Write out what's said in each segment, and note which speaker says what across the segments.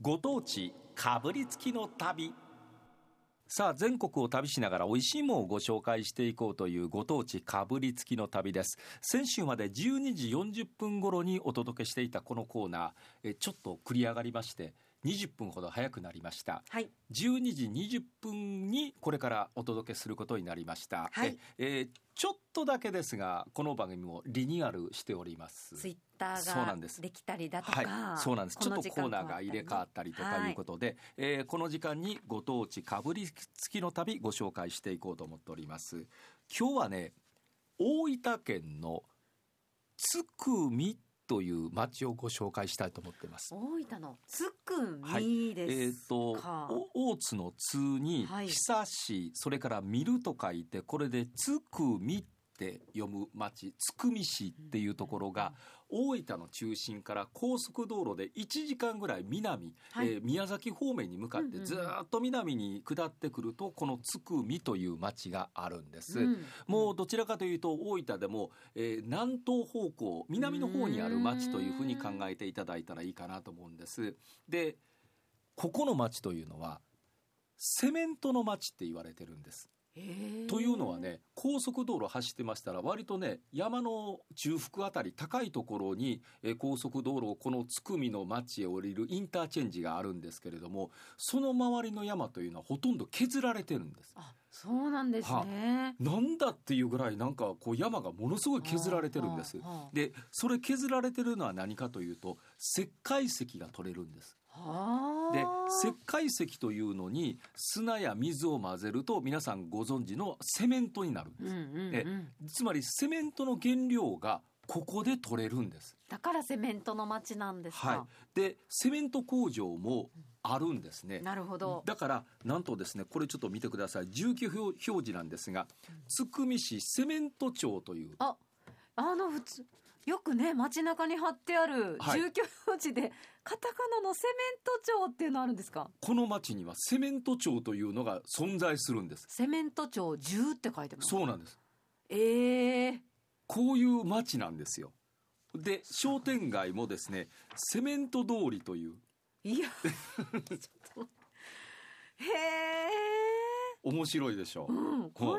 Speaker 1: ご当地かぶりつきの旅さあ全国を旅しながら美味しいものをご紹介していこうというご当地かぶりつきの旅です先週まで12時40分頃にお届けしていたこのコーナーえちょっと繰り上がりまして20分ほど早くなりました
Speaker 2: はい。
Speaker 1: 12時20分にこれからお届けすることになりました、
Speaker 2: はい
Speaker 1: ええーちょっとだけですがこの番組もリニューアルしております
Speaker 2: ツイッタ
Speaker 1: そう
Speaker 2: ー
Speaker 1: な
Speaker 2: が
Speaker 1: んです
Speaker 2: できたりだとか、。
Speaker 1: はい、そうなんです。ちょっとコーナーが入れ替わったりとかいうこととで、えーこの時間にご当地かぶりつきの旅ご紹介していこうと思っております。今日はね、大分県のつくみという町をご紹介したいと思ってます。
Speaker 2: 大分のつく
Speaker 1: は
Speaker 2: み
Speaker 1: えっ、
Speaker 2: ですか。
Speaker 1: と、お大津の通に
Speaker 2: はい
Speaker 1: 久し、それから見ると書いて、これでつくみって読む町、つくみ市っていうところが、大分の中心から高速道路で1時間ぐらい南、
Speaker 2: はい
Speaker 1: えー宮崎方面に向かっ
Speaker 2: うんうん
Speaker 1: て
Speaker 2: うん
Speaker 1: ずーっと南に下ってくるとこの津久見という町があるんです。
Speaker 2: うん
Speaker 1: もうどちらかというと大分でも、えー南東方向南の方にある町というふうに考えていただいたらいいかなと思うんです。でここの町というのはセメントの町って言われてるんです。
Speaker 2: えー
Speaker 1: というのはね高速道路走ってましたら割とね山の中腹あたり高いところにえー高速道路をこの津久見の町へ降りるインターチェンジがあるんですけれどもその周りの山というのはほとんど削られてるんです。
Speaker 2: あ、そうなんですね。
Speaker 1: なんだっていうぐらいなんかこう山がものすごい削られてるんです
Speaker 2: は。あはあ
Speaker 1: でそれ削られてるのは何かというと石灰石が取れるんです。
Speaker 2: はあ
Speaker 1: で石灰石というのに砂や水を混ぜると皆さんご存知のセメントになるんです。
Speaker 2: うんうんう
Speaker 1: え
Speaker 2: ん。
Speaker 1: つまりセメントの原料がここで取れるんです。
Speaker 2: だからセメントの町なんですか。
Speaker 1: はい、でセメント工場もあるんですね。
Speaker 2: なるほど。
Speaker 1: だからなんとですねこれちょっと見てください19表表示なんですが津久見市セメント町という
Speaker 2: あ、あの普通。よくね街中に貼ってある
Speaker 1: はい
Speaker 2: 住居表示で、カタカナのセメント町っていうのあるんですか
Speaker 1: この町にはセメント町というのが存在するんです。
Speaker 2: セメント町10って書いてます
Speaker 1: そうなんです
Speaker 2: ええ
Speaker 1: こういう町なんですよ。で商店街もですねセメント通りという
Speaker 2: い やちょっとへえ、
Speaker 1: 面白いでしょう。
Speaker 2: うん、こんな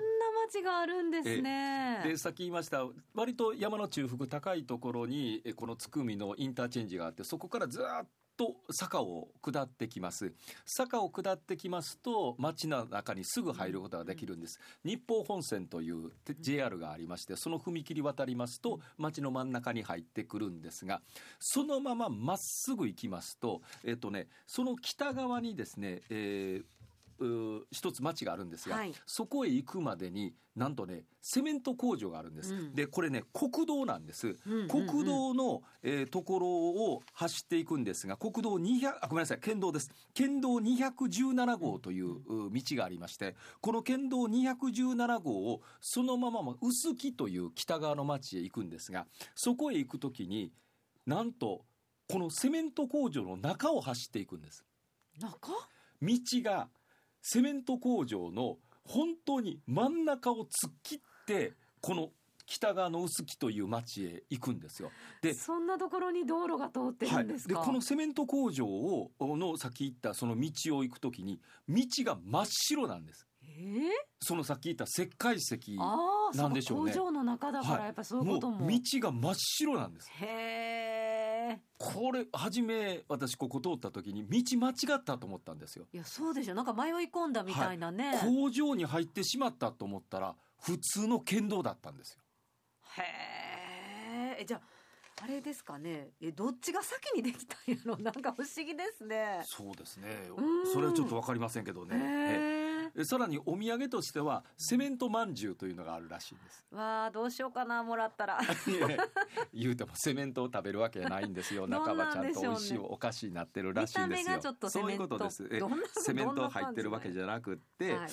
Speaker 2: 町があるんですね
Speaker 1: でさっき言いました割と山の中腹高いところにえこの津久見のインターチェンジがあってそこからずーっと坂を下ってきます坂を下ってきますと町の中にすぐ入ることができるんです、日豊本線というて JR がありましてその踏切渡りますと町の真ん中に入ってくるんですがそのまままっすぐ行きますとえっとねその北側にですね、えーうー一つ町があるんですが、
Speaker 2: はい
Speaker 1: そこへ行くまでになんとねセメント工場があるんです、
Speaker 2: うん
Speaker 1: でこれね国道なんです、
Speaker 2: うんうんうん
Speaker 1: 国道の、えーところを走っていくんですが国道200あごめんなさい県道です県道217号という,うー、道がありましてこの県道217号をそのままま臼杵という北側の町へ行くんですがそこへ行くときになんとこのセメント工場の中を走っていくんです。
Speaker 2: 中
Speaker 1: 道がセメント工場の本当に真ん中を突っ切ってこの北側の臼杵という町へ行くんですよ。で
Speaker 2: そんなところに道路が通ってるんです
Speaker 1: で
Speaker 2: か、
Speaker 1: このセメント工場をの先行ったその道を行くときに道が真っ白なんです。
Speaker 2: えー
Speaker 1: その先行った石灰石
Speaker 2: ああ
Speaker 1: なんでしょうね
Speaker 2: 工場の中だからやっぱそういう
Speaker 1: も
Speaker 2: こ
Speaker 1: う道
Speaker 2: とも、
Speaker 1: が真っ白なんです。
Speaker 2: へえ
Speaker 1: これ初め私ここ通った時に道間違ったと思ったんですよ。
Speaker 2: いやそうでしょなんか迷い込んだみたいなね、
Speaker 1: 工場に入ってしまったと思ったら普通の県道だったんですよ。
Speaker 2: へーえじゃああれですかねえどっちが先にできたんやろ なんか不思議ですね。
Speaker 1: そうですね
Speaker 2: うん。
Speaker 1: それはちょっとわかりませんけどね。ええ
Speaker 2: へー
Speaker 1: えさらにお土産としてはセメント饅頭というのがあるらしいん です。
Speaker 2: わあどうしようかなもらったら
Speaker 1: いえ言うてもセメントを食べるわけないんですよ。
Speaker 2: ど
Speaker 1: 中
Speaker 2: んな
Speaker 1: は
Speaker 2: ん
Speaker 1: ちゃんと美味し
Speaker 2: でし
Speaker 1: い
Speaker 2: ょうね
Speaker 1: お菓子になってるらしいんですよ。
Speaker 2: 見た目がちょっとセメン
Speaker 1: そ
Speaker 2: ト
Speaker 1: ういうことです。え
Speaker 2: どんな
Speaker 1: セメン
Speaker 2: どん
Speaker 1: ト
Speaker 2: な
Speaker 1: 入ってるわけじゃなくって、
Speaker 2: はい
Speaker 1: え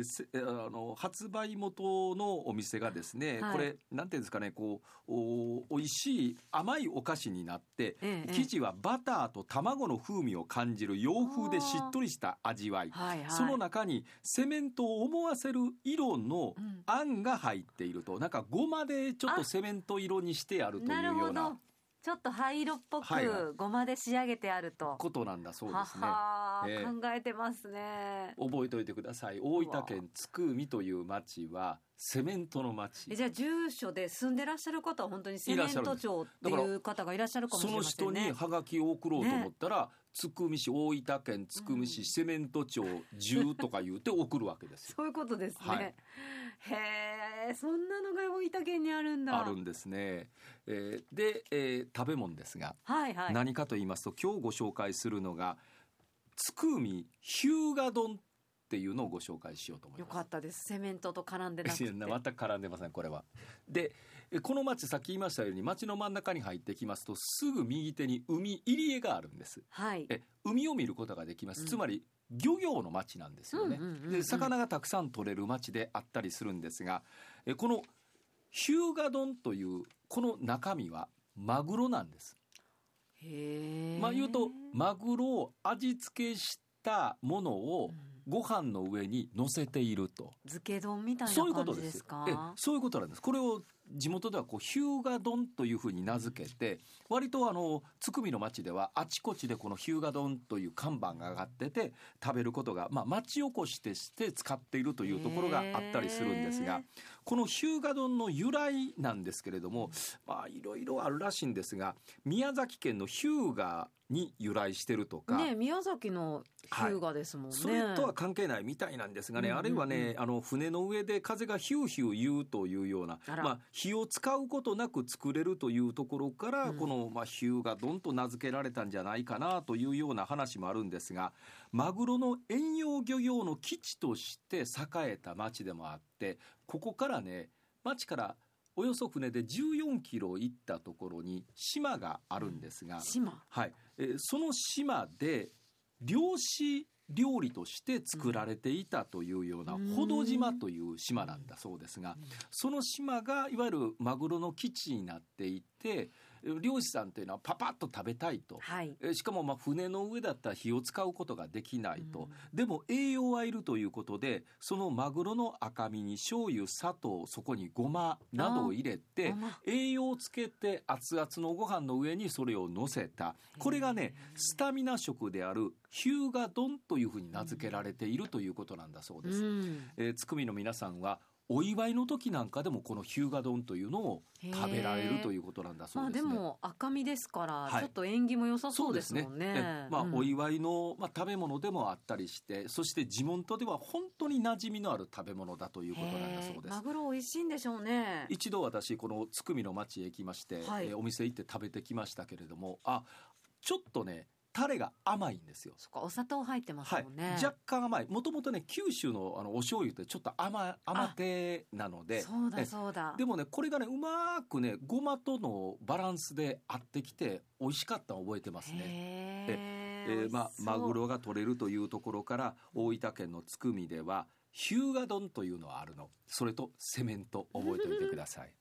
Speaker 1: ーせえーあの発売元のお店がですね、
Speaker 2: はい
Speaker 1: これなんていうんですかね、こうお美味しい甘いお菓子になって、
Speaker 2: ええ
Speaker 1: 生地はバターと卵の風味を感じる洋風でしっとりした味わい。
Speaker 2: はいはい
Speaker 1: その中にセメントを思わせる色の
Speaker 2: うん
Speaker 1: あんが入っていると、なんかごまでちょっとセメント色にしてあるという
Speaker 2: なる
Speaker 1: よ
Speaker 2: ほ
Speaker 1: う
Speaker 2: ど
Speaker 1: な。
Speaker 2: ちょっと灰色っぽ
Speaker 1: はいは
Speaker 2: くごまで仕上げてあると。
Speaker 1: ことなんだそう
Speaker 2: は
Speaker 1: ですね。
Speaker 2: は、
Speaker 1: ええ
Speaker 2: 考えてますね。
Speaker 1: 覚えておいてください。大分県津久見という町はセメントの町
Speaker 2: え。じゃあ住所で住んでらっしゃる方は本当にセメント町って
Speaker 1: いらっしゃるんですだか
Speaker 2: い
Speaker 1: ら
Speaker 2: う方がいらっしゃるかもし
Speaker 1: そ
Speaker 2: れま
Speaker 1: の
Speaker 2: せ
Speaker 1: 人
Speaker 2: んね。
Speaker 1: にハガキを送ろうと思ったら、津久見市大分県津久見
Speaker 2: うん
Speaker 1: 市セメント町10とか言って送るわけですよ。
Speaker 2: そういうことですね。
Speaker 1: はい
Speaker 2: へえ、そんなのが大分県にあるんだ。
Speaker 1: あるんですね。えーで、えー食べ物ですが、
Speaker 2: はいはい。
Speaker 1: 何かと言いますと今日ご紹介するのが津久見日向丼っていうのをご紹介しようと思い
Speaker 2: よ
Speaker 1: ます。
Speaker 2: かったです。セメントと絡んでなく
Speaker 1: い
Speaker 2: て。
Speaker 1: やまた絡んでませんこれは。でえこの町さっき言いましたように町の真ん中に入ってきますとすぐ右手に海入り江があるんです。
Speaker 2: はい。
Speaker 1: え海を見ることができます、
Speaker 2: うん
Speaker 1: つまり漁業の町なんですよね。
Speaker 2: うんうんうんうん
Speaker 1: で魚がたくさん取れる町であったりするんですがえこの日向丼というこの中身はマグロなんです。
Speaker 2: へえ。
Speaker 1: まあ言うとマグロを味付けしたもの
Speaker 2: う
Speaker 1: を
Speaker 2: ん
Speaker 1: ご飯の上に乗せていると。
Speaker 2: 漬け丼みたい
Speaker 1: そういう
Speaker 2: な
Speaker 1: こと
Speaker 2: 感じ
Speaker 1: で
Speaker 2: ですすか。
Speaker 1: ええそういうことなんです。これを地元ではこう日向丼というふうに名付けて、割とあの津久見の町ではあちこちでこの日向丼という看板が上がってて食べることがまあ町おこしとして使っているというところがあったりするんです
Speaker 2: へ
Speaker 1: が
Speaker 2: え、
Speaker 1: この日向丼の由来なんですけれども、まあいろいろあるらしいんですが、宮崎県の日向に由来してるとか。
Speaker 2: ね宮崎の日向ですもんね。
Speaker 1: それとは関係ないみたいなんですがね、
Speaker 2: うんうんうん
Speaker 1: あるいはね、あの船の上で風がヒューヒュー言うというような、
Speaker 2: あら
Speaker 1: まあ、火を使うことなく作れるというところから、
Speaker 2: うん
Speaker 1: この、まあ、ヒューがどんと名付けられたんじゃないかなというような話もあるんですが、マグロの遠洋漁業の基地として栄えた町でもあって、ここからね、町からおよそ船で14キロ行ったところに島があるんですが、
Speaker 2: 島。
Speaker 1: はい、えーその島で漁師料理として作られていたというような
Speaker 2: うん
Speaker 1: 保土島という島なんだそうですがその島がいわゆるマグロの基地になっていてえー漁師さんというのはパパッと食べたいと
Speaker 2: はい。
Speaker 1: えーしかもまあ船の上だったら火を使うことができないと、
Speaker 2: う
Speaker 1: でも栄養はいるということでそのマグロの赤身に醤油砂糖そこにごまなどを入れて
Speaker 2: ごま
Speaker 1: 栄養をつけて熱々のご飯の上にそれを乗せたこれがね
Speaker 2: へー
Speaker 1: スタミナ食であるヒューガ丼というふうに名付けられているということなんだそう
Speaker 2: う
Speaker 1: です。
Speaker 2: ん。
Speaker 1: えー、つくみの皆さんはお祝いの時なんかでもこのヒューガ丼というのを食べられると
Speaker 2: う。
Speaker 1: いうことなんだそ
Speaker 2: ま
Speaker 1: う
Speaker 2: あ
Speaker 1: で
Speaker 2: です
Speaker 1: ね。
Speaker 2: も赤身ですから
Speaker 1: はい
Speaker 2: ちょっと縁起も良さそうですもんね。
Speaker 1: ええまあ、
Speaker 2: うん
Speaker 1: お祝いの、まあ、食べ物でもあったりして、そして地元では本当に馴染みのある食べ物だということなんだそう
Speaker 2: へえ
Speaker 1: です
Speaker 2: マ。グロ美味しいんでしょうね。
Speaker 1: 一度私この津久見の町へ行きまして、
Speaker 2: はい
Speaker 1: えーお店行って食べてきましたけれどもあちょっとねタレが甘いんですよ。
Speaker 2: そっかお砂糖入ってます
Speaker 1: はい
Speaker 2: もんね。、
Speaker 1: 若干甘いもともとね九州のあのお醤油ってちょっと甘甘手なので
Speaker 2: そう
Speaker 1: え
Speaker 2: だ
Speaker 1: え
Speaker 2: そうだ。
Speaker 1: でもねこれがねうまくねごまとのバランスで合ってきて美味しかったのを覚えてますね。
Speaker 2: へえ
Speaker 1: えーまあ、マグ
Speaker 2: ロ。
Speaker 1: ロが取れるというところから大分県の津久見では日向丼というのはあるのそれとセメント覚えておいてください